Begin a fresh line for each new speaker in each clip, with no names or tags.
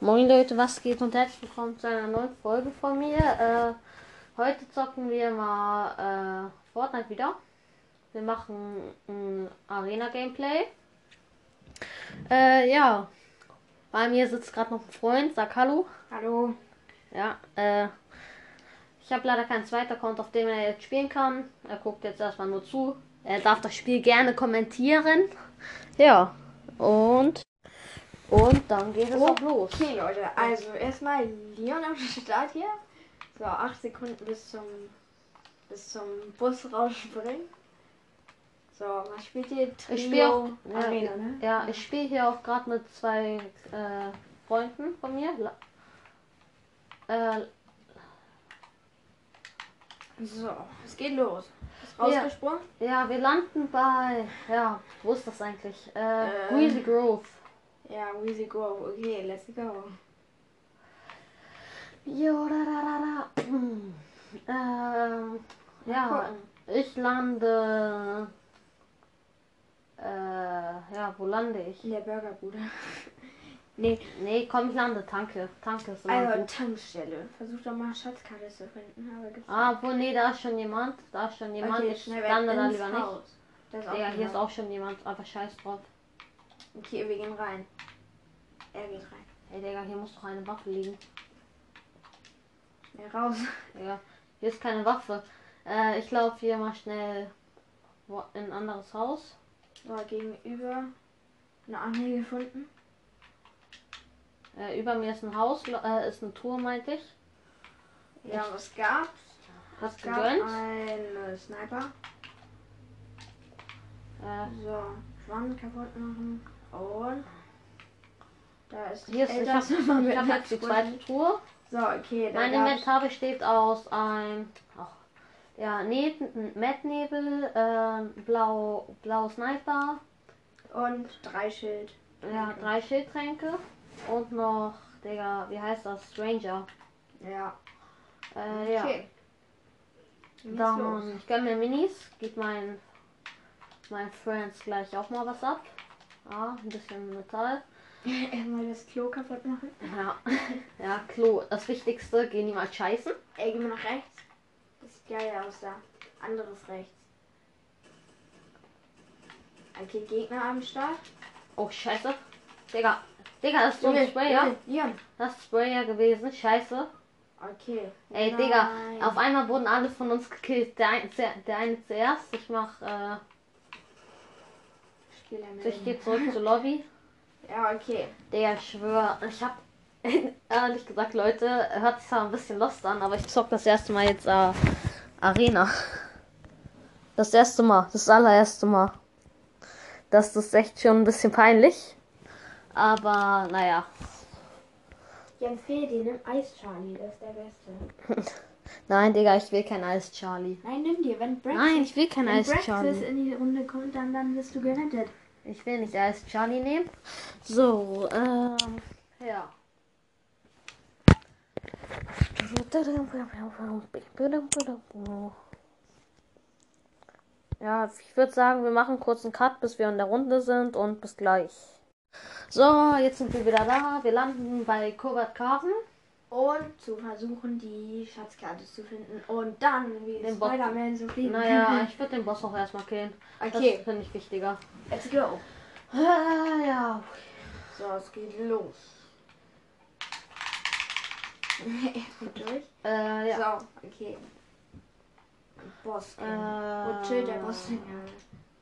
Moin Leute, was geht und herzlich willkommen zu einer neuen Folge von mir. Äh, heute zocken wir mal äh, Fortnite wieder. Wir machen ein Arena-Gameplay. Äh, ja, bei mir sitzt gerade noch ein Freund, sag Hallo.
Hallo.
Ja, äh, ich habe leider keinen zweiten Account, auf dem er jetzt spielen kann. Er guckt jetzt erstmal nur zu. Er darf das Spiel gerne kommentieren. Ja, und. Und dann geht es
Oh.
auch los.
Okay, Leute, also erstmal Leon am Start hier. So, 8 Sekunden bis zum, bis zum Bus rausspringen. So, was spielt ihr? Trio
Ich spiele auch. Ja,
Arena, ne?
Ja, ich spiele hier auch gerade mit zwei äh, Freunden von mir. La äh,
So, es geht los. Ist
Ja.
rausgesprungen?
ja, wir landen bei. Ja, wo ist das eigentlich? Äh,
Ähm.
Greasy Grove.
Ja, Weezy Go. Okay, let's go.
Jo, da, da, da, da. Ähm, ja,
gucken.
ich lande. Äh, ja, wo lande ich?
In der Burgerbude. nee,
Nee, komm, ich lande. Tanke. Tanke ist immer
also
gut.
Tankstelle. Versuch doch mal Schatzkarte zu finden, aber gibt's
Ah, wo, nee, da ist schon jemand. Da ist schon
nicht.
jemand. ich lande da lieber nicht.
Da ist auch
Ja, hier ist
jemand.
auch schon jemand, aber scheiß drauf.
Okay, wir gehen rein. Er geht rein.
Ey, Digga, hier muss doch eine Waffe liegen.
Ja, raus.
Ja, hier ist keine Waffe. Äh, ich laufe hier mal schnell wo- in ein anderes Haus.
So, gegenüber eine Angel gefunden.
Äh, über mir ist ein Haus, lo- äh, ist eine Tour, meinte ich.
Ja, was gab's?
Hast
gab
gegönnt?
einen Sniper.
Äh,
So, Schwamm kaputt machen. Und da ist
hier ist, ich hab, ich hab jetzt die zweite Tour.
So, okay, da
Mein
gab's
Inventar besteht aus ein, ach, ja, ne Mattnebel, äh, blau, blau Sniper,
und drei Schild.
ja, drei Schildtränke und noch, Digga, wie heißt das? Stranger.
Ja.
Äh, ja.
Okay. Dann geht's los.
Dann, ich gönn mir Minis, gib meinen meinen Friends gleich auch mal was ab. Ah, ein bisschen Metall.
Erstmal das Klo kaputt machen.
Ja, ja Klo. Das Wichtigste, geh niemals scheißen.
Ey, geh mal nach rechts. Das sieht geil aus da. Anderes rechts. Okay, Gegner am Start.
Oh, scheiße. Digga, Digga, das ist so ein
Junge,
Sprayer.
Junge, Leon.
Das ist Sprayer gewesen, scheiße.
Okay.
Ey,
Nein.
Digga, auf einmal wurden alle von uns gekillt. Der, ein, der, der eine zuerst. Ich mach, äh,
Spieler melden.
ich geh zurück zur Lobby.
Ja, okay.
Digga, ich schwör, ich hab ehrlich gesagt, Leute, hört sich zwar ein bisschen lost an, aber ich zock das erste Mal jetzt äh, Arena. Das erste Mal, das allererste Mal. Das ist echt schon ein bisschen peinlich. Aber naja.
Jens Fedi, nimm Eis, Charlie. Das ist der Beste.
Nein, Digga, ich will kein Eis Charlie.
Nein, nimm dir. Wenn Brexit,
Nein, ich will kein
wenn
Eis
Brexit
Charlie.
in die Runde kommt, dann, dann wirst du gerettet.
Ich will nicht Eis Charlie nehmen. So, ähm, ja. Ja, ich würde sagen, wir machen kurz einen Cut, bis wir in der Runde sind und bis gleich. So, jetzt sind wir wieder da. Wir landen bei Kobertkarten.
Und zu versuchen, die Schatzkarte zu finden. Und dann wie
Den Bot-
Spider-Man zu fliegen.
Naja, ich würde den Boss auch erstmal killen.
Okay.
Das finde ich wichtiger.
Let's go.
Äh, ja.
So, es geht los. Erstmal durch.
Äh, ja.
So, okay. Boss.
Äh,
Wo chillt der Boss denn gerade?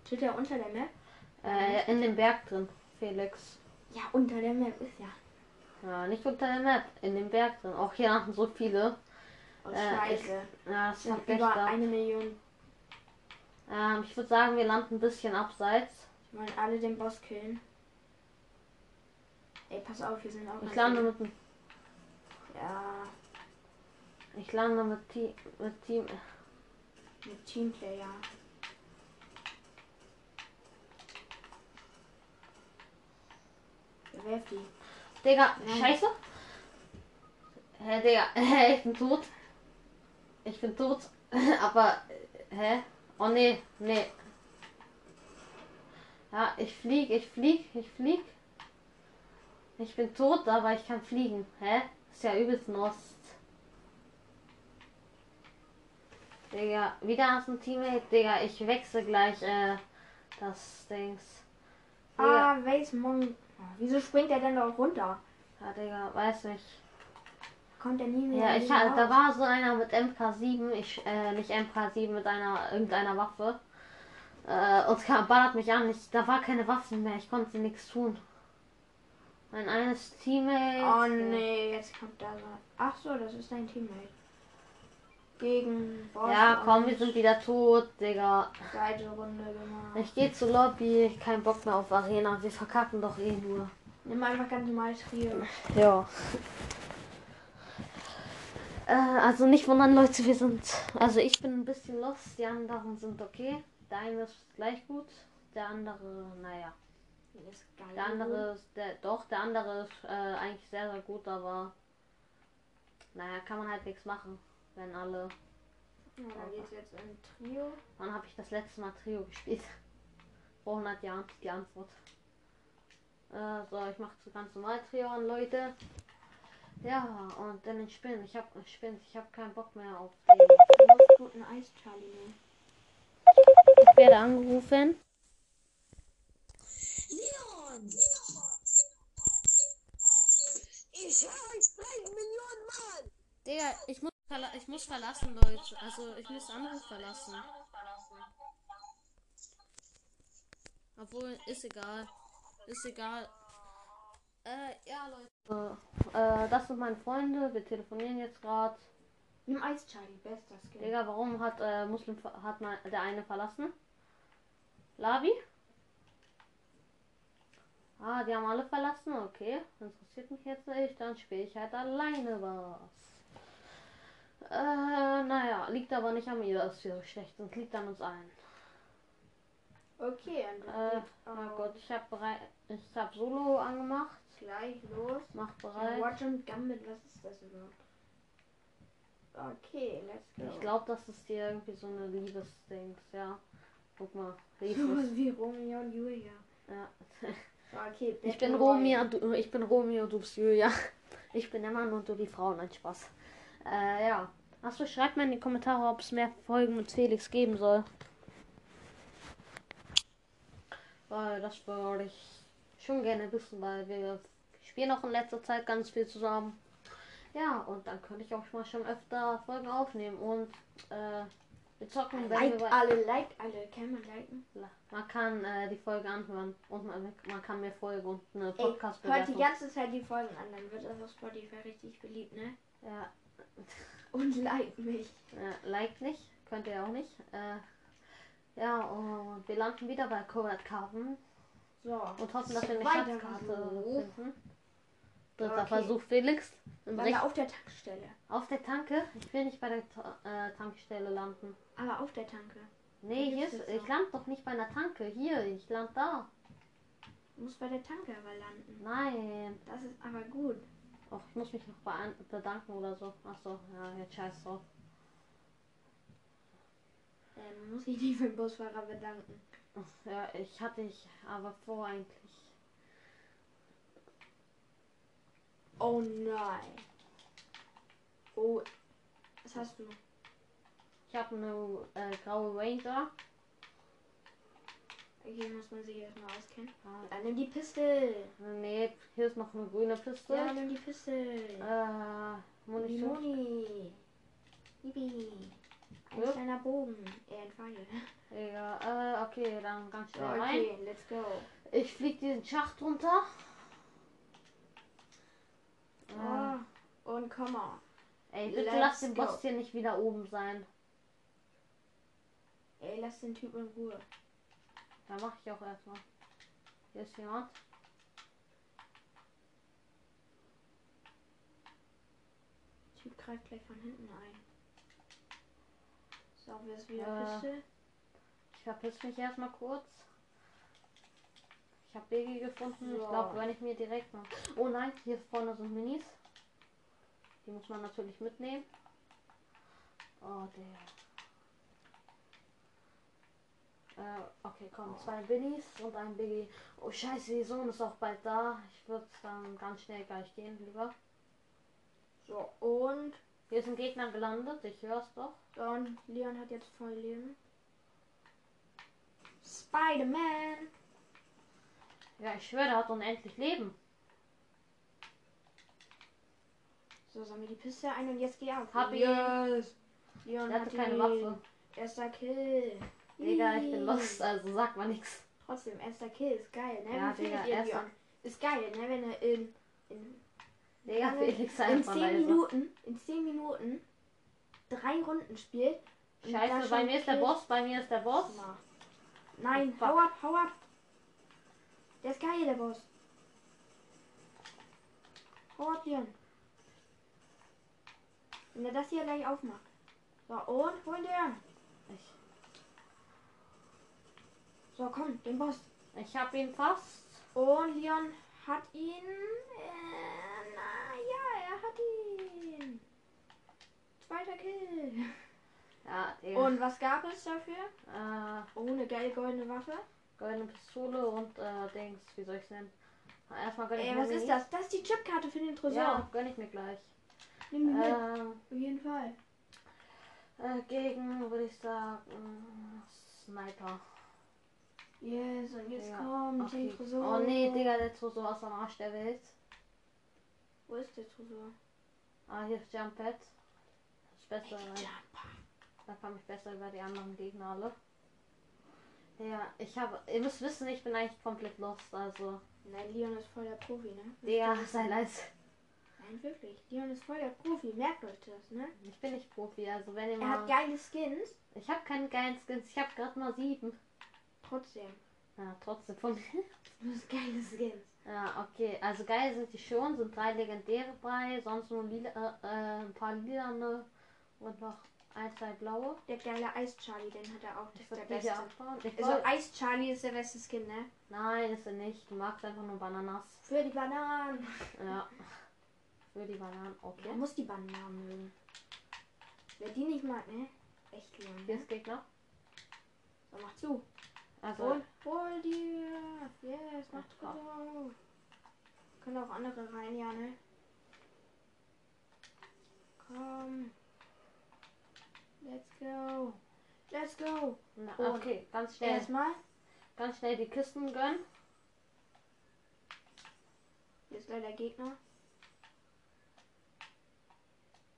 Chillt er unter der Map?
Äh, in dem Berg drin, Felix.
Ja, unter der Map ist ja.
Ja, nicht unter der Map, in dem Berg drin. Auch hier landen so viele.
Oh,
Äh,
scheiße.
Ja, das
sind
macht
über
echt ab.
eine Million.
Ähm, ich würde sagen, wir landen ein bisschen abseits.
Die wollen alle den Boss killen. Ey, pass auf, hier sind auch
Ich
ganz
lande
viele.
mit, dem-
Ja,
ich lande mit, Team, mit Team.
mit Teamplayer. Werf die.
Digga,
Nein.
scheiße. Hä, Digga, hä, ich bin tot. Ich bin tot. Aber, äh, hä? Oh nee, nee. Ja, ich flieg, ich flieg, ich flieg. Ich bin tot, aber ich kann fliegen. Hä? Ist ja übelst Nost. Digga, wieder hast du ein Teammate? Digga, ich wechsle gleich äh, das Dings. Digga,
Ah, weiß Mon. Ah, Wieso springt er denn doch runter?
ja, Digga weiß nicht.
Kommt er nie mehr
Ja,
in
ich
den
ha- da
Haus?
war so einer mit MK7, ich, äh, nicht MK7, mit einer, irgendeiner Waffe. Äh, und kam, ballert mich an, ich, da war keine Waffen mehr, ich konnte nichts tun. Mein eines Teammate.
Oh nee, jetzt kommt da so. Ach so, das ist dein Teammate. Gegen Boss.
äh, Ja, komm,
und
wir sind wieder tot, Digga.
Zweite Runde gemacht.
Ich gehe zur Lobby, kein Bock mehr auf Arena, wir verkacken doch eh nur.
Nimm einfach ganz normal Trio.
Ja. Äh, also nicht wundern, Leute, wir sind. Also ich bin ein bisschen lost, die anderen sind okay. Der eine ist gleich gut, der andere, naja.
Das ist geil.
Der andere ist, der, doch, der andere ist äh, eigentlich sehr, sehr gut, aber. Naja, kann man halt nichts machen, wenn alle.
Ja, da geht's jetzt in Trio.
Wann habe ich das letzte Mal Trio gespielt? Vor 100 Jahren, die Antwort. Äh, so, ich mache zu ganz normal Trio an, Leute. Ja, und dann den Spinnen. Ich habe Spinnen, ich habe keinen Bock mehr auf den.
Du musst guten Eis, Charlie. nehmen.
Ich werde angerufen.
Leon! Ich heiße 3 Millionen Mann!
Digga, ich muss, verla- ich muss verlassen, Leute. Also, ich muss Anruf verlassen. Obwohl, ist egal. Ist egal. Äh, ja, Leute. Äh, das sind meine Freunde. Wir telefonieren jetzt gerade.
Nimm Eis, Charlie. Bester Skill.
Digga, warum hat äh, Muslim ver- hat mal der eine verlassen? Lavi? Ah, die haben alle verlassen, okay. Interessiert mich jetzt nicht, dann spiele ich halt alleine was. Äh, naja, liegt aber nicht an mir, dass wir so schlecht sind. Liegt an uns allen.
Okay, und
Äh,
dann
na gut, ich hab bereit. Ich hab Solo angemacht.
gleich los.
Mach bereit.
Watch and Gambit, was ist das überhaupt? Okay, let's go.
Ich glaube, das ist hier irgendwie so eine Liebesdings, ja. Guck mal. Liebes.
Sowas wie Romeo und Julia.
ja.
Okay,
Ich bin
Battle Royale.
Romeo, du, ich bin Romeo, du bist Julia. Ich bin der Mann und du die Frau, nein Spaß. Äh, ja. Achso, schreibt mal in die Kommentare, ob es mehr Folgen mit Felix geben soll. Weil Äh, das würde ich schon gerne wissen, weil wir spielen auch in letzter Zeit ganz viel zusammen. Ja, und dann könnte ich auch mal schon öfter Folgen aufnehmen und äh, wir zocken, wenn wir
Liked
bei-
alle, liked alle. Kann man liken?
man kann äh, die Folge anhören und man, man kann mir folgen und eine
Ey,
podcast
hört die ganze Zeit die Folgen an, dann wird das auf Spotify richtig beliebt, ne?
Ja,
Und liked mich.
äh, liked nicht, könnt ihr auch nicht. Äh, ja, und wir landen wieder bei Covert Karten
So.
und hoffen, dass wir eine
Zweiter
Schatzkarte
Versuch.
finden. Dritter
Okay.
Versuch, Felix. Im
Dann
Recht-
auf der Tankstelle.
auf der Tanke. Ich will nicht bei der Ta äh, Tankstelle landen.
Aber auf der Tanke.
Nee,
Wo
hier
gibt's
ist,
das
ich lande doch nicht bei einer Tanke. Hier, ich lande da.
Du musst bei der Tanke aber landen.
Nein.
Das ist aber gut.
Och, ich muss mich noch bean- bedanken oder so. Achso, ja, jetzt scheiß drauf.
Ähm, muss ich nicht beim Busfahrer bedanken.
Ja, ich hatte ich aber vor eigentlich.
Oh nein. Oh. Was hast du?
Ich habe eine äh, graue Ranger.
Hier muss man sich erstmal auskennen.
Ah,
Dann nimm die Piste.
Nee, hier ist noch eine grüne Piste.
Ja, nimm die Piste.
Äh,
Die
Munition.
Moni. Bibi. Ein
Ja.
kleiner Bogen. Eher ein Pfeil.
Egal. Äh, okay, dann ganz schnell rein.
Okay, let's go.
Ich flieg diesen Schacht runter. Ähm,
Oh. Und komm mal.
ey, bitte
let's
lass den
go.
Boss hier nicht wieder oben sein.
Ey, lass den Typen in Ruhe.
Da mache ich auch erstmal. Hier ist jemand.
Der Typ greift gleich von hinten ein. So, wir ist wieder
Äh.
Piste.
Ich verpiss mich erstmal kurz. Ich habe Baby gefunden. Ich
So.
glaube, wenn ich mir direkt mal. Oh nein, hier vorne sind Minis. Die muss man natürlich mitnehmen. Oh, der. Äh, okay, komm, zwei Billies und ein Biggie. Oh scheiße, die Sohn ist auch bald da. Ich würde dann ganz schnell gleich gehen, lieber.
So, und
Hier ist ein Gegner gelandet, ich hör's doch.
dann Leon hat jetzt voll Leben. Spider-Man!
Ja, ich schwöre, der hat unendlich Leben.
So, sammel die Piste ein und jetzt geh ab.
Hab ihn.
Yes. Leon
Der
hat
hatte keine
ihn.
Waffe.
Erster Kill.
Digga, ich
Ih.
bin lost, also sag mal nix.
Trotzdem, erster Kill ist geil, ne?
Ja,
Wie findet
Digga,
ihr
erster-
Leon? Ist geil, ne? Wenn er in, in
Digga,
Lange-
Felix sei
in
einfach
10
leise.
Minuten, in 10 Minuten drei Runden spielt. und da
Scheiße,
schon
bei mir ist der
Kills
Boss, bei mir ist der Boss. Oh,
macht. Nein,
Fuck.
hau ab, hau ab. Der ist geil, der Boss. Hau ab, Leon. Wenn er das hier gleich aufmacht. So, und hol Leon.
Ich,
So, komm, den Boss.
ich hab ihn fast.
Und Leon hat ihn. Äh, na ja, er hat ihn. Zweiter Kill.
Ja, Digga.
Und was gab es dafür?
Äh,
Oh, eine geile goldene Waffe.
goldene Pistole und äh, Dings, wie soll ich's nennen? Erstmal gönn ich
Ey,
mir
Äh, was ist
die.
das? Das ist die Chipkarte für den Tresor.
Ja, gönn ich mir gleich.
Nimm die mit.
Ähm,
Auf jeden Fall.
äh, gegen, würde ich sagen, Sniper.
Yes, und jetzt
Ja,
kommt
Okay.
der Tresor.
Oh nee, Digga, der Tresor aus am Arsch der Welt.
Wo ist der Tresor?
Ah, hier ist Jump Pad. Ist besser, weil
Jumper.
da kam ich besser über die anderen Gegner alle. Ja, ich habe, ihr müsst wissen, ich bin eigentlich komplett lost, also.
Nein, Leon ist voll der Profi, ne?
Digga, sei leise.
Nein, wirklich. Leon ist voll der Profi. Merkt euch das, ne?
Ich bin nicht Profi, also wenn ihr
Er hat
mal.
geile Skins.
Ich habe keine geilen Skins, ich habe gerade mal sieben.
Trotzdem.
Ja, trotzdem von
Das ist geile Skins.
Ja, okay. Also geil sind die schon, sind drei legendäre bei, sonst nur lila, äh, äh, ein paar lilane und noch ein, zwei blaue.
Der geile Eis Charlie, den hat er auch.
Ich
Das ist der
würde die
beste.
hier anbauen. Ich
Also
wollt-
Eis Charlie ist der beste Skin, ne?
Nein, ist er nicht. Du magst einfach nur Bananas.
Für die Bananen.
Ja. Für die Bananen,
Er
okay.
muss die Bananen mögen. Wer die nicht mag, ne? Echt Leon.
Hier
Ne?
ist Gegner.
So, mach zu.
Also,
Und hol dir. Yes, mach
Ja.
gut auf. Können auch andere rein, ja, ne? Komm. Let's go. Let's go.
na,
und-
okay, ganz schnell.
Erstmal.
Ganz schnell die Kisten gönnen.
Hier ist leider Gegner.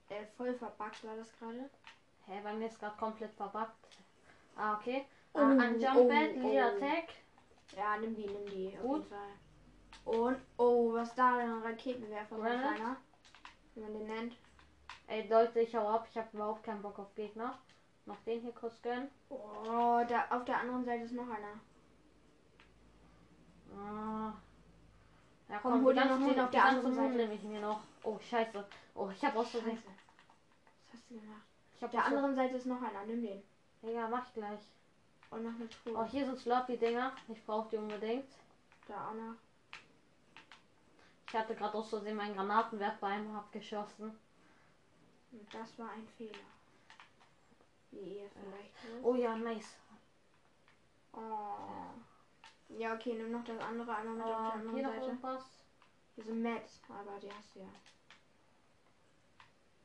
Äh, voll verbuggt war das gerade.
Hä, bei mir ist gerade komplett verbuggt. Ah, okay.
Oh,
ah, ein
oh,
Jump Band, Lila
oh.
Tag.
Ja, nimm die, nimm die. Auf
Gut.
jeden Fall. Und, oh, was da ein Raketenwerfer so ein
Granat.
kleiner. Wie man den nennt.
Ey Leute, ich hau ab, ich habe überhaupt keinen Bock auf Gegner. Noch den hier kurz gönnen.
Oh, da auf der anderen Seite ist noch einer.
Ah. Ja,
Komm,
komm,
hol
die
dir noch
ganzen
den
Hunde-
auf
die
der
ganzen
anderen
Hunde
Seite.
nehme ich mir noch. Oh, scheiße. Oh, ich habe auch so...
Scheiße. Was hast du gemacht?
Ich hab
Auf der
auch so-
anderen Seite ist noch einer. Nimm den.
Digga, mach ich gleich.
Und noch eine Truhe.
Oh, hier sind Slurpee-Dinger. Ich brauche die unbedingt.
Da auch noch.
Ich hatte gerade aus Versehen meinen Granatenwerfer einmal abgeschossen.
Und das war ein Fehler. Wie
Äh.
ihr vielleicht wisst.
Oh ja, nice.
Oh. Ja, okay, nimm noch das andere einmal mit auf der
Äh,
anderen
Ah, hier noch
Seite.
irgendwas?
Diese Mats, aber die hast du ja.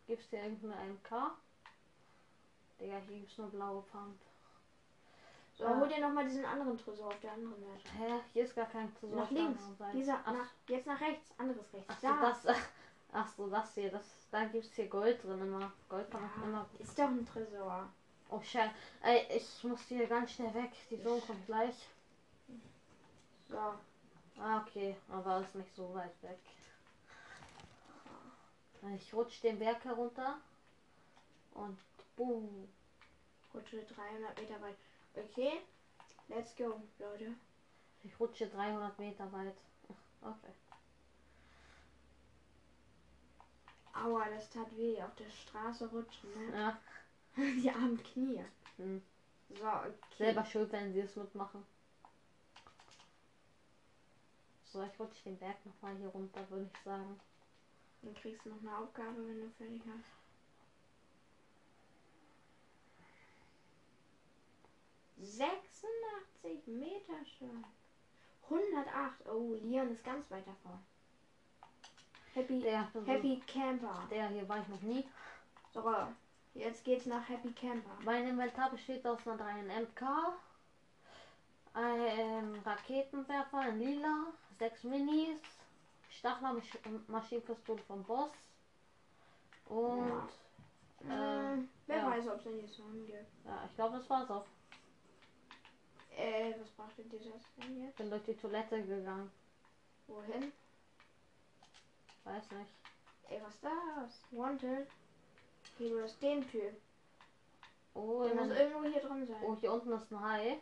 Gibt's hier irgendeine MK? Digga, hier gibt's nur blaue Pump.
So,
Ja.
hol dir nochmal diesen anderen Tresor auf der anderen Seite.
Hä? Hier ist gar kein Tresor.
nach
auf der
links.
anderen Seite.
Dieser,
Ach,
nach, jetzt nach rechts. Anderes rechts.
ach so,
da.
das. Ach so, das hier. Das, da gibt's hier Gold drin immer. Gold kann man immer.
Ist doch ein Tresor.
Oh, scheiße. Ey, ich muss hier ganz schnell weg. Die Sohn kommt gleich.
So.
Ah, okay, aber ist nicht so weit weg. Ich rutsche den Berg herunter und boom.
Rutsche 300 Meter weit. Okay, let's go, Leute.
Ich rutsche 300 Meter weit. Okay.
Aua, das tat weh. Auf der Straße rutschen, ne?
Ja,
Die armen Knie.
Hm.
So, okay.
selber schuld, wenn sie es mitmachen. So, ich rutsche den Berg nochmal hier runter, würde ich sagen.
Dann kriegst du noch eine Aufgabe, wenn du fertig hast. 86 Meter schon. 108. Oh, Leon ist ganz weit davor. Happy,
Der, also
Happy Camper.
der hier war ich noch nie.
So, jetzt geht's nach Happy Camper.
Mein Inventar besteht aus einer 3 MK, einem Raketenwerfer in lila, sechs Minis, Stachlermaschinenpistole vom Boss und
Äh, wer
ja.
weiß, ob es in die Sonne gibt.
ja, ich glaube, das war's auch.
Äh, was braucht denn dieser Sven jetzt?
Ich bin durch die Toilette gegangen,
Wohin?
weiß nicht.
Ey, was ist das? Wanted. Hier, du hast den Typ.
Oh,
Der
in
muss
einem-
irgendwo hier drin sein.
oh hier unten ist ein Hai.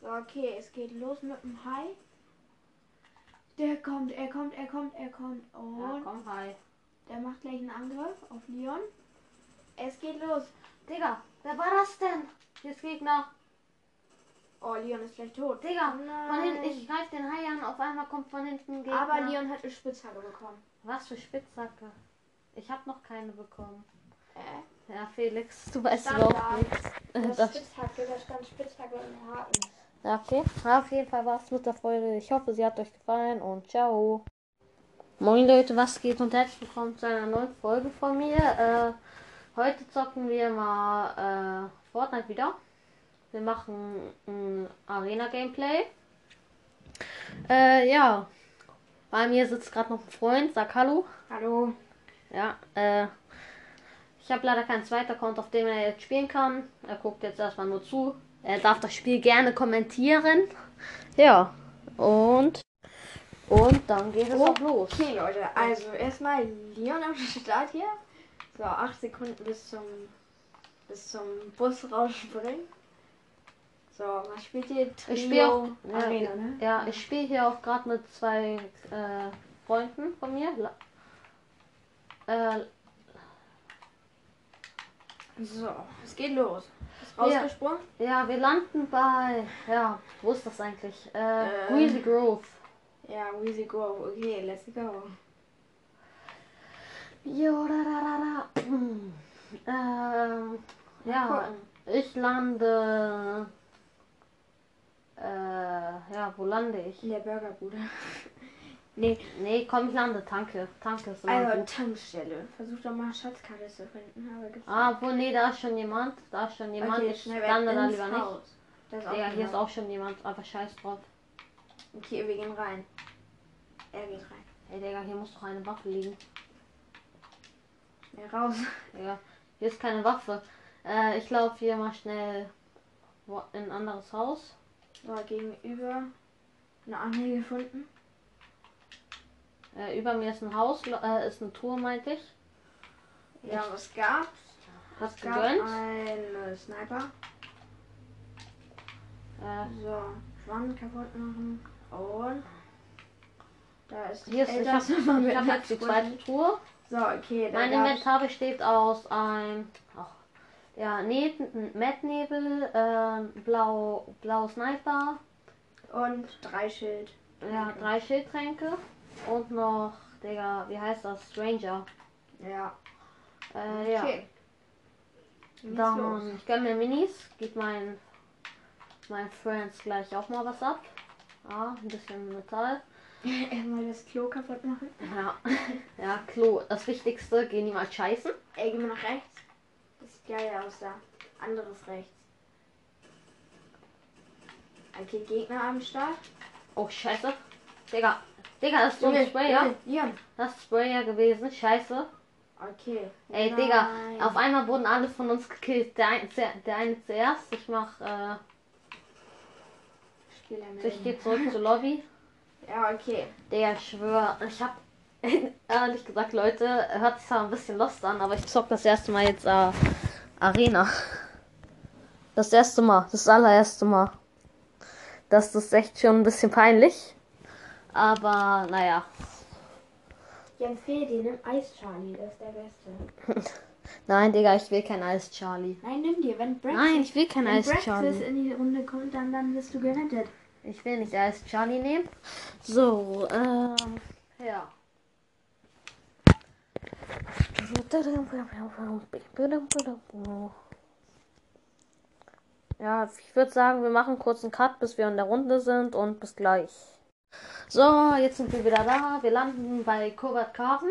So, okay, es geht los mit dem Hai. Der kommt, er kommt, er kommt, er kommt. Und
Ja, komm, Hai.
der macht gleich einen Angriff auf Leon. Es geht los.
Digga, wer war das denn? Hier ist Gegner.
Oh, Leon ist gleich tot.
Digga, von
Nein.
hinten, ich greife den Hai an, auf einmal kommt von hinten ein Gegner.
Aber Leon hat eine Spitzhacke bekommen.
Was für Spitzhacke. Ich habe noch keine bekommen.
Äh,
Ja, Felix, du weißt
Standard.
überhaupt nichts.
das
Das-
Spitzhacke, da stand Spitzhacke und Haken.
Ja, okay. Na, auf jeden Fall war es mit der Folge. Ich hoffe, sie hat euch gefallen und ciao. Moin Leute, was geht und herzlich willkommen zu einer neuen Folge von mir. Äh, heute zocken wir mal äh, Fortnite wieder. Wir machen ein Arena-Gameplay. Äh, ja. Bei mir sitzt gerade noch ein Freund, sag Hallo.
Hallo.
Ja, äh, ich habe leider keinen zweiten Account, auf dem er jetzt spielen kann. Er guckt jetzt erstmal nur zu. Er darf das Spiel gerne kommentieren. Ja, und und dann geht es auch los.
Okay, Leute, also erstmal Leon am Start hier. So, 8 Sekunden bis zum bis zum Bus rausspringen. So, man spielt hier Trio
Ich spiele auch,
Arena,
ja,
ne?
ja, ich spiele hier auch gerade mit zwei äh, Freunden von mir. La äh,
So, es geht los. Ist
Ja.
rausgesprungen.
ja, wir landen bei, ja, wo ist das eigentlich? Äh,
Äh.
Greasy Grove.
Ja, Weezy Go. Okay, let's go.
Jo, da, da, da, da. Ähm, ja,
gucken.
ich lande. Äh, ja, wo lande ich?
In der Burgerbude. nee,
Nee, komm, ich lande Tanke. Tanke ist immer
also
gut.
Tankstelle. Versuch doch mal Schatzkarte zu finden, aber gibt's
Ah, wo, nee, da ist schon jemand. Da ist schon
nicht.
jemand.
okay,
ich
schnell weg
lande da
ins
lieber nicht.
Haus. Da ist auch
Ja,
jemand.
hier ist auch schon jemand, aber scheiß drauf.
Okay, wir gehen rein. Er geht rein.
Ey, Digga, hier muss doch eine Waffe liegen.
Schnell raus.
Digga, hier ist keine Waffe. Äh, ich laufe hier mal schnell wo- in ein anderes Haus.
war gegenüber eine Angel gefunden.
Äh, über mir ist ein Haus, lo- äh, ist eine Tour, meinte ich.
Ja, was gab's?
Hast
Es
du
gab
gönnt?
einen Sniper.
Äh,
So, Schwamm kaputt machen. Und da ist
Hier ist,
Ey,
Äh, ich
das ist immer
habe
mit
hab jetzt die zweite
Netzgründen.
Tour.
So, okay,
Mein
dann gab's
Inventar besteht aus einem, ach, ja, ne Mettnebel, äh, blau, blau Sniper,
und drei Schild.
ja,
Okay.
drei Schildtränke und noch, Digga, wie heißt das? Stranger.
Ja.
Äh, ja.
Okay. Geht's los.
Dann, ich gönn mir Minis, gibt mein, mein Friends gleich auch mal was ab. Ja, ein bisschen Metall.
Erstmal das Klo kaputt machen.
Ja, ja, Klo. Das Wichtigste, geh niemals scheißen.
Ey, geh mal nach rechts. Das sieht geil aus da. Anderes rechts. Okay, Gegner am Start.
Oh, scheiße. Digga, Digga, das ist so ein Sprayer.
Junge, Leon.
Das ist Sprayer gewesen, scheiße.
Okay.
Ey,
Nein.
Digga, auf einmal wurden alle von uns gekillt. Der, ein, der, der eine zuerst. Ich mach, äh,
Spieler melden.
ich geh zurück zur Lobby.
Ja, okay.
Digga, ich schwör, ich hab, ehrlich gesagt, Leute, hört sich zwar ein bisschen lost an, aber ich zock das erste Mal jetzt, äh, Arena. Das erste Mal, das allererste Mal. Das ist echt schon ein bisschen peinlich. Aber, naja.
Ich empfehle dir, nimm Eis, Charlie. Das ist der Beste.
Nein, Digga, ich will kein Eis, Charlie.
Nein, nimm dir. Wenn Brexit,
Nein, ich will kein
wenn
Eis,
Brexit
Charlie.
in die Runde kommt, dann, dann wirst du gerettet.
Ich will nicht als Charlie nehmen. So, ähm, ja. Ja, ich würde sagen, wir machen kurz einen Cut, bis wir in der Runde sind und bis gleich. So, jetzt sind wir wieder da. Wir landen bei Kovatkarven.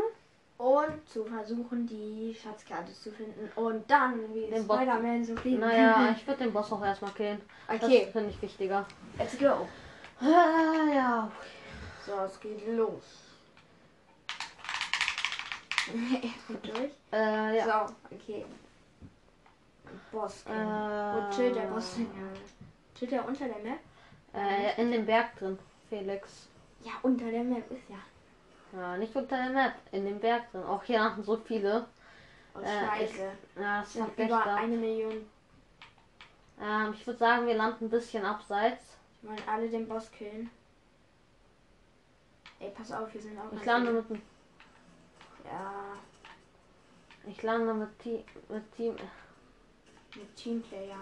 Und zu versuchen, die Schatzkarte zu finden. Und dann wie
Den Boss-
Spider-Man zu fliegen.
Naja, ich würde den Boss auch erstmal killen.
Okay.
Das finde ich wichtiger.
Let's go.
Ah, ja.
So, es geht los. Er rennt durch.
Äh, ja.
So, okay. Boss. Äh, Wo
Äh,
chillt der Boss denn gerade? Chillt er unter der Map?
Äh, in dem Berg drin, Felix.
Ja, unter der Map ist ja.
Ja, nicht unter der Map, in dem Berg drin. Auch hier landen so viele.
Oh,
Äh,
scheiße.
Ja, das
Ich hab
ist
über
schlechter.
eine Million.
Ähm, ich würde sagen, wir landen ein bisschen abseits.
Die wollen alle den Boss killen. Ey, pass auf, hier sind auch
Ich
ganz
lande
viele.
mit dem
Ja,
Ich lande mit Team. Mit Team.
mit Teamplayer.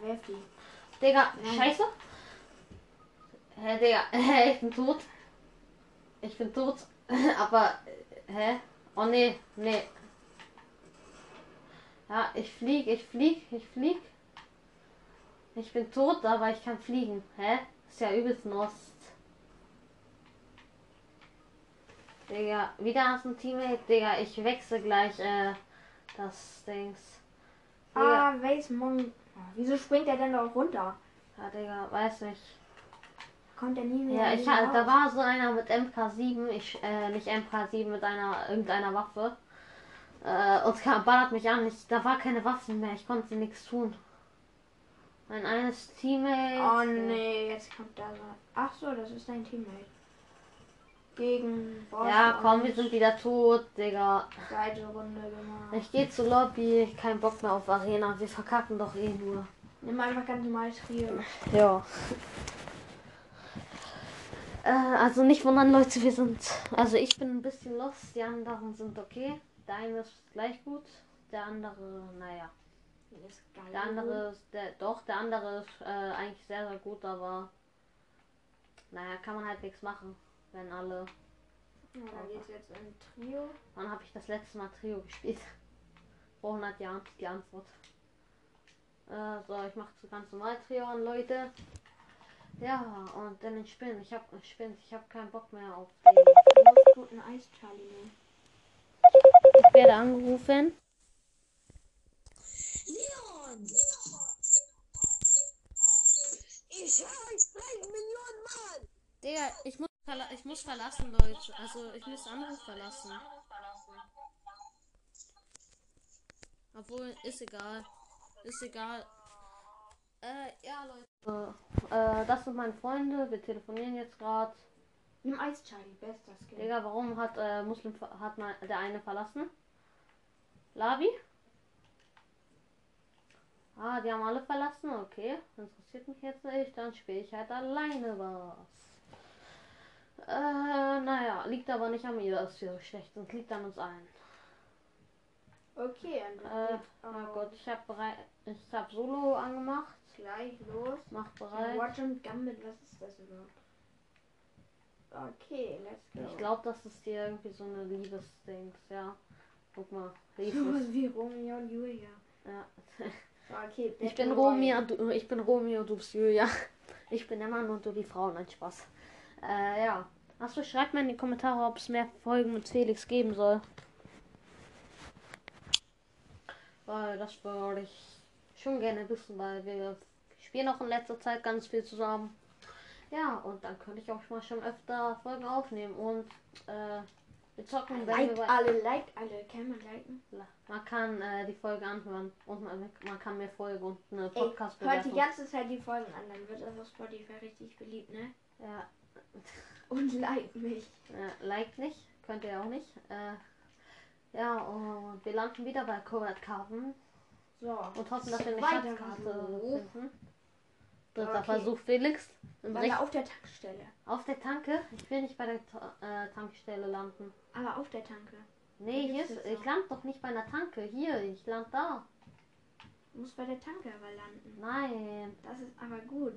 Werf die.
Digga,
Nein.
scheiße. Hä, Digga, hä, ich bin tot. Ich bin tot. Aber, äh, hä? Oh nee, nee. Ja, ich flieg, ich flieg, ich flieg. Ich bin tot, aber ich kann fliegen. Hä? Ist ja übelst Nost. Digga, wieder hast du ein Teammate. Digga, ich wechsle gleich, äh, das Dings. Digga.
Ah, weiß Mon. Ah, Wieso springt er denn da auch runter?
Ja, Digga, weiß nicht.
Kommt er nie mehr.
Ja, ich
wieder
ha- da
raus?
war so einer mit MK7, ich, äh, nicht MK7, mit einer, irgendeiner Waffe. Äh, und kam- ballert mich an, ich, da war keine Waffen mehr, ich konnte nichts tun. Mein eines Teammate.
Oh nee, jetzt kommt da so. Ach so, das ist dein Teammate. Gegen Boss.
äh, Ja, komm,
und
wir sind wieder tot, Digga.
Zweite Runde genau. gemacht.
Ich gehe zur Lobby, kein Bock mehr auf Arena, wir verkacken doch eh nur.
Nimm einfach ganz normal
Hm.
Trio.
Ja. Äh, also nicht wundern, Leute, wir sind. Also ich bin ein bisschen lost, die anderen sind okay. Der eine ist gleich gut, der andere, naja.
Das ist geil.
Der andere ist, der, doch, der andere ist äh, eigentlich sehr, sehr gut, aber. Naja, kann man halt nichts machen, wenn alle.
Ja, dann geht's jetzt in Trio.
Wann habe ich das letzte Mal Trio gespielt? Vor 100 Jahren die Antwort. Äh, so, ich mache zu ganz normal Trio an, Leute. Ja, und dann den Spinnen. Ich habe Spinnen, ich habe keinen Bock mehr auf den.
Du
Hm.
ne? musst guten Eis, Charlie. nehmen.
Ich werde angerufen.
Leon! Ich heiß 3 Millionen Mann!
Digga, ich muss, verla- ich muss verlassen, Leute. Also, ich muss Anruf verlassen. Obwohl, ist egal. Ist egal. Äh, ja, Leute. Äh, das sind meine Freunde. Wir telefonieren jetzt gerade.
Nimm Eis, Charlie. Bester Skill.
Digga, warum hat äh, Muslim ver- hat mal der eine verlassen? Lavi? Ah, die haben alle verlassen, okay. Interessiert mich jetzt nicht, dann spiele ich halt alleine was. Äh, naja, liegt aber nicht an mir, dass wir so schlecht sind. Liegt an uns allen.
Okay, und dann
Äh,
geht's
na
auch
gut, ich habe bereit, ich habe Solo angemacht.
Gleich los.
Mach bereit.
Watch and Gambit, was ist das überhaupt? Okay, let's go.
Ich glaube, das ist hier irgendwie so eine Liebesdings, ja. Guck mal, Liebes.
Sowas wie Romeo und Julia.
Ja.
Okay,
Ich
Battle
bin
Royale.
Romeo, du, ich bin Romeo, du bist Julia. Ich bin der Mann und du die Frau. Nein, Spaß. Äh, ja. Achso, schreibt mir in die Kommentare, ob es mehr Folgen mit Felix geben soll. Weil das würde ich schon gerne wissen, weil wir spielen auch in letzter Zeit ganz viel zusammen. Ja, und dann könnte ich auch mal schon öfter Folgen aufnehmen und äh, wir zocken, wenn wir
Liked
bei-
alle, liked alle. Kann man liken?
Man kann äh, die Folge anhören und man, man kann mir folgen und eine
Ey, hört die
Podcast-Bewertung.
ganze Zeit die Folgen an, dann wird das auf Spotify richtig beliebt, ne?
Ja,
Und liked mich.
äh, liked nicht, könnt ihr auch nicht. Äh, ja, und wir landen wieder bei Covert-Karten
So.
und hoffen, dass wir eine
Zweiter
Schatzkarte
Versuch.
finden. Dritter
Okay.
Versuch, Felix. Im
Weil
Recht,
er auf der Tankstelle.
auf der Tanke. Ich will nicht bei der Ta äh, Tankstelle landen.
Aber auf der Tanke.
Nee,
Wo
hier
ist
ist,
das noch?
ich lande doch nicht bei einer Tanke. Hier, ich lande da.
Du musst bei der Tanke aber landen.
Nein.
Das ist aber gut.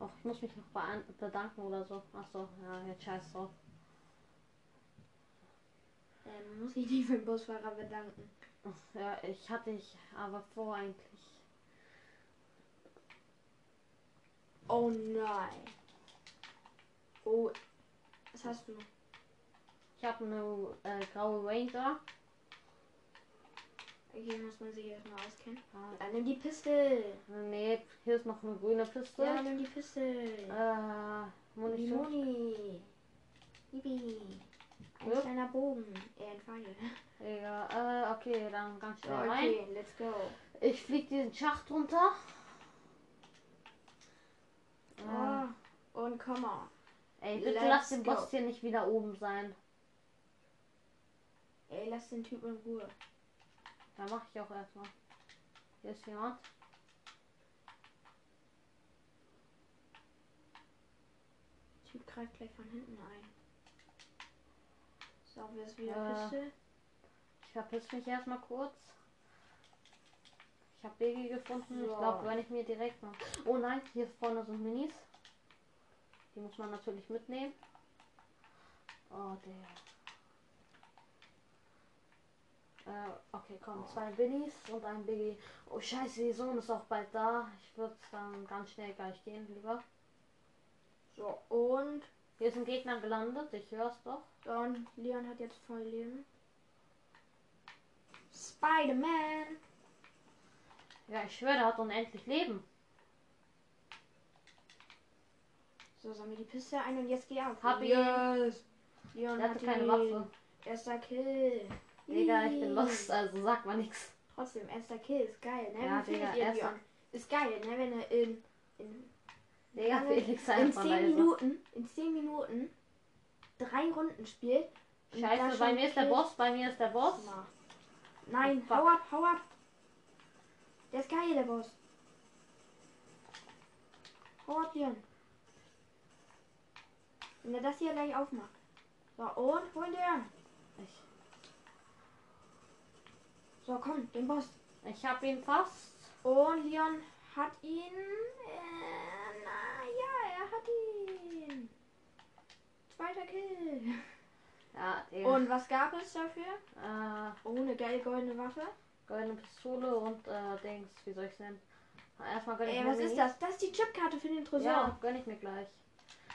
Och, ich muss mich noch bean- bedanken oder so. Achso, ja, jetzt scheiß drauf.
ähm, muss ich nicht beim Busfahrer bedanken.
Ja, ich hatte ich aber vor eigentlich.
Oh nein. Oh, was hast du?
Ich habe eine äh, graue Ranger.
Hier muss man sich erstmal auskennen.
Ah,
Dann nimm die Pistole.
nee, hier ist noch eine grüne Piste.
Ja, nimm die Pistole.
Äh,
Die
Munition.
Moni. Bibi. Ein
Ja.
kleiner Bogen. Äh, ein Pfeil.
Egal. Äh, okay, dann ganz
So,
schnell rein.
okay, let's go.
Ich flieg diesen Schacht runter.
Ah, und komm mal.
Ähm, Ey, bitte
let's
lass den
go.
Boss hier nicht wieder oben sein.
Ey, lass den Typen in Ruhe.
Da mache ich auch erstmal. Hier ist jemand.
Der Typ greift gleich von hinten ein. So, wir ist wieder
Äh.
Piste.
Ich verpiss mich erstmal kurz. Ich habe Baby gefunden. Ich
So.
glaube, wenn ich mir direkt mal. Oh nein, hier vorne sind Minis. Die muss man natürlich mitnehmen. Oh, der. Äh, okay,
Oh.
komm, zwei Minis und ein Biggie. Oh scheiße, die Sohn ist auch bald da. Ich würde dann ganz schnell gleich gehen, lieber.
So, und
Hier ist ein Gegner gelandet, ich hör's doch.
Don, Leon hat jetzt voll Leben. Spider-Man!
Ja, ich schwöre, der hat unendlich Leben.
So, sollen wir die Piste ein und jetzt geh ab.
Hab ihn.
yes. Leon
Der
hat
hatte keine
ihn.
Waffe.
Erster Kill.
Digga, ich
Ih.
bin lost, also sag mal nichts.
Trotzdem, erster Kill ist geil, ne?
Ja,
Wie findet
Digga,
ihr
erster-
Leon? Ist geil, ne? Wenn er in, in,
Digga,
Lange-
Felix sei
in
einfach
10
leise.
Minuten, in 10 Minuten drei Runden spielt. und da
Scheiße,
schon
bei mir ist der
Kills
Boss, bei mir ist der Boss.
macht. Nein,
Fuck.
hau ab, hau ab. Der ist geil, der Boss. Hau ab, Leon. Wenn er das hier gleich aufmacht. So, und hol Leon.
Ich,
So, komm, den Boss.
ich hab ihn fast.
Und Leon hat ihn. Äh, na ja, er hat ihn. Zweiter Kill.
Ja, Digga.
Und was gab es dafür?
äh,
Oh, eine geil goldene Waffe.
goldene Pistole und äh, Dings, wie soll ich's nennen? Erstmal gönn ich
Ey,
mir
Äh, was ist
Minis.
das? Das ist die Chipkarte für den Tresor.
Ja, gönn ich mir gleich.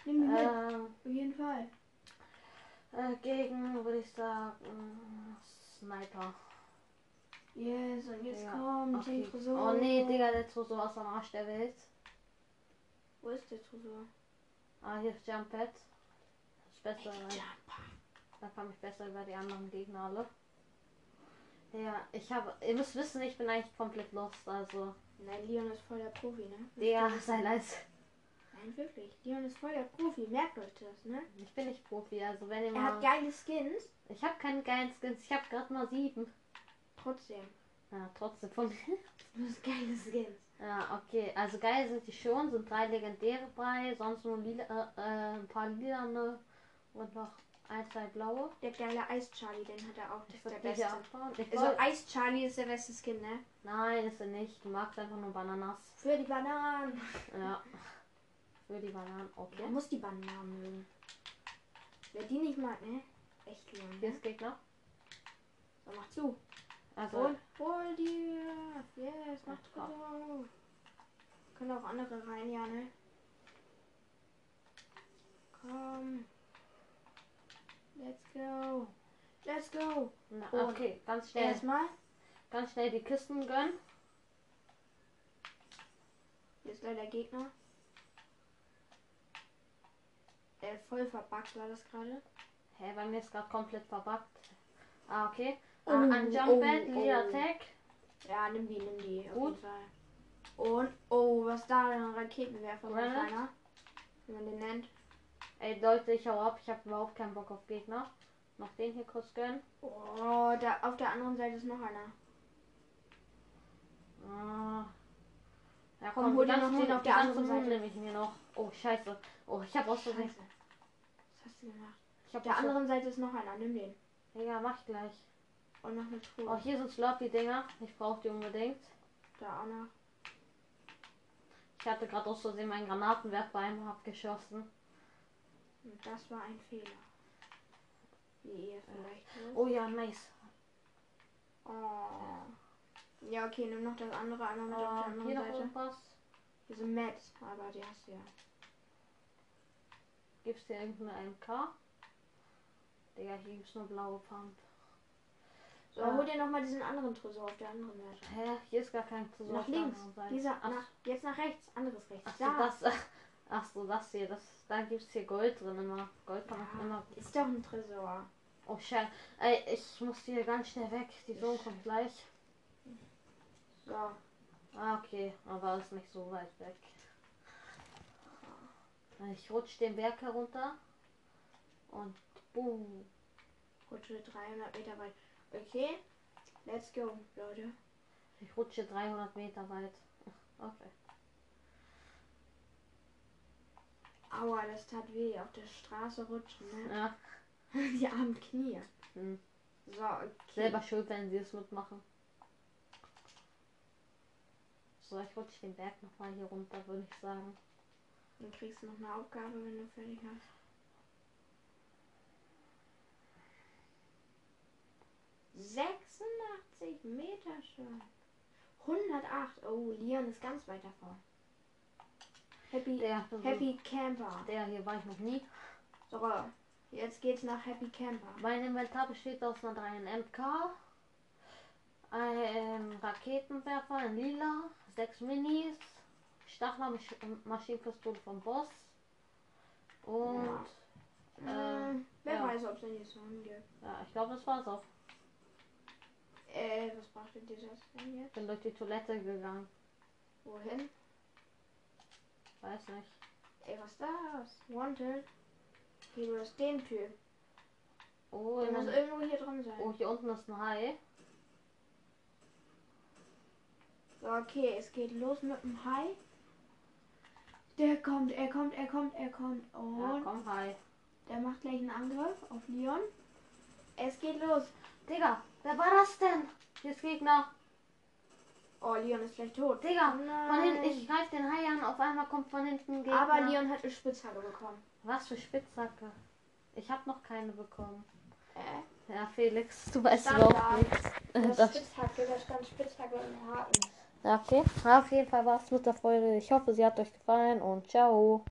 Nimm die mit.
Ähm,
Auf jeden Fall.
äh, gegen, würde ich sagen, Sniper.
Yes, und jetzt
Ja,
kommt
Okay.
den Tresor.
Oh nee, Digga, der Tresor was am Arsch der Welt.
Wo ist der Tresor?
Ah, hier ist Jump Pad. Ist besser.
Hey,
weil-
Jumper.
Dann komme ich besser über die anderen Gegner alle. Ja, ich habe. Ihr müsst wissen, ich bin eigentlich komplett lost, also.
Nein, Leon ist voll der Profi, ne?
Digga, sei leise.
Nein, wirklich. Leon ist voll der Profi. Merkt euch das, ne?
Ich bin nicht Profi, also wenn ihr
Er
mal.
hat geile Skins.
Ich habe keine geilen Skins, ich habe gerade mal sieben.
Trotzdem.
Ja, trotzdem von mir.
Du hast geile Skins.
Ja, okay. Also geil sind die schon, sind drei legendäre bei, sonst nur lila, äh, äh, ein paar lilane und noch ein, zwei blaue.
Der geile Eis-Charlie, den hat er auch. Das
Ich
ist der
würde dich
beste.
anbauen. Ich
Also,
wollt-
Eis-Charlie ist der beste Skin, ne?
Nein, ist er nicht. Du magst einfach nur Bananas.
Für die Bananen.
Ja. Für die Bananen, okay.
Er muss die Bananen mögen. Wer die nicht mag, ne? Echt Leon.
Hier
Ne?
ist Gegner.
So, mach zu.
Also,
Und hol dir! Yes, mach gut auf. Können auch andere rein, ja, ne? Komm. Let's go. Let's go.
na,
und-
okay, ganz schnell,
Erstmal.
ganz schnell die Kisten gönnen.
Hier ist leider Gegner. Äh, voll verbuggt war das gerade.
Hä, bei mir ist gerade komplett verbuggt. Ah, okay.
Oh,
ah, ein Jump Pad,
oh,
Lead
oh.
Attack.
Ja, nimm die, nimm die. Auf
Gut.
jeden Fall. Und, oh, was da ein Raketenwerfer so ein
Granat?
kleiner. Wie man den nennt.
Ey, Leute, ich hau ab, ich habe überhaupt keinen Bock auf Gegner. Noch den hier kurz gönnen.
Oh, da auf der anderen Seite ist noch einer.
Ah. Ja,
Komm, hol
die
dir noch
ganzen-
den auf
die
der
ganzen
anderen
Mühlen
Seite.
nehme ich mir noch. Oh, scheiße. Oh, ich habe auch so
Scheiße. Was hast du gemacht?
Ich hab
Auf der
auch so-
anderen Seite ist noch einer, nimm den.
Digga, mach ich gleich.
Und noch eine Truhe.
Oh, hier sind Sloppy-Dinger. Ich brauche die unbedingt.
Da auch noch.
Ich hatte gerade aus Versehen meinen Granatenwerfer einmal abgeschossen.
Und das war ein Fehler. Wie ihr vielleicht. Ne?
Oh ja, nice.
Oh. Ja, okay, nimm noch das andere einmal mit auf der
Äh, hier
anderen
noch
Seite.
irgendwas?
Diese Matt, aber die hast du ja.
Gibt's dir irgendeine MK? Digga, hier gibt's nur blaue Pump.
So,
Ja.
hol dir nochmal diesen anderen Tresor auf der anderen Seite.
Hä? Hier ist gar kein Tresor.
nach
auf der
links.
anderen Seite.
Dieser,
Ach,
nach, jetzt nach rechts. Anderes rechts.
ach so, das. Ach so, das hier. Das, da gibt's hier Gold drin immer. Gold kann man immer.
Ja, ist doch ein Tresor.
Oh, scheiße. Ey, ich muss hier ganz schnell weg. Die Sonne kommt gleich.
So.
Ah, okay. Aber ist nicht so weit weg. Ich rutsch den Berg herunter. Und boom.
Rutsche 300 Meter weit. Okay, let's go, Leute.
Ich rutsche 300 Meter weit. Okay.
Aua, das tat weh. Auf der Straße rutschen, ne?
Ja.
Die armen Knie.
Hm.
So, okay.
Selber schuld, wenn sie es mitmachen. So, ich rutsche den Berg nochmal hier runter, würde ich sagen.
Dann kriegst du noch eine Aufgabe, wenn du fertig hast. ...86 Meter schon. 108. Oh, Leon ist ganz weit davor. Happy,
Der,
Happy Camper.
der hier war ich noch nie.
So, jetzt geht's nach Happy Camper.
Mein Inventar besteht aus einer 3 MK, einem Raketenwerfer in lila, sechs Minis, Stachlermaschinenpistole vom Boss und
Äh, wer
ja.
weiß, ob es eine Song gibt.
ja, ich glaube, das war's auch.
Äh, was braucht denn dir das denn jetzt?
Ich bin durch die Toilette gegangen.
Wohin?
Weiß nicht.
Ey, was ist das? Wanted. Hier, du hast den Typ.
Oh,
Der
in
muss
einem-
irgendwo hier drin sein.
oh, hier unten ist ein Hai.
So, okay, es geht los mit dem Hai. Der kommt, er kommt, er kommt, er kommt. Und
Ja, komm, Hai.
der macht gleich einen Angriff auf Leon. Es geht los.
Digga, wer war das denn? Hier ist Gegner.
Oh, Leon ist gleich tot.
Digga, von
Nein.
hinten, ich greife den Hai an, auf einmal kommt von hinten ein Gegner.
Aber Leon hat eine Spitzhacke bekommen.
Was für Spitzhacke. Ich habe noch keine bekommen.
Äh,
Ja, Felix, du weißt
Standard.
überhaupt nichts.
das
Das-
Spitzhacke, da stand Spitzhacke im Haken.
Ja, Okay, auf jeden Fall war's mit der Folge. Ich hoffe, sie hat euch gefallen und ciao.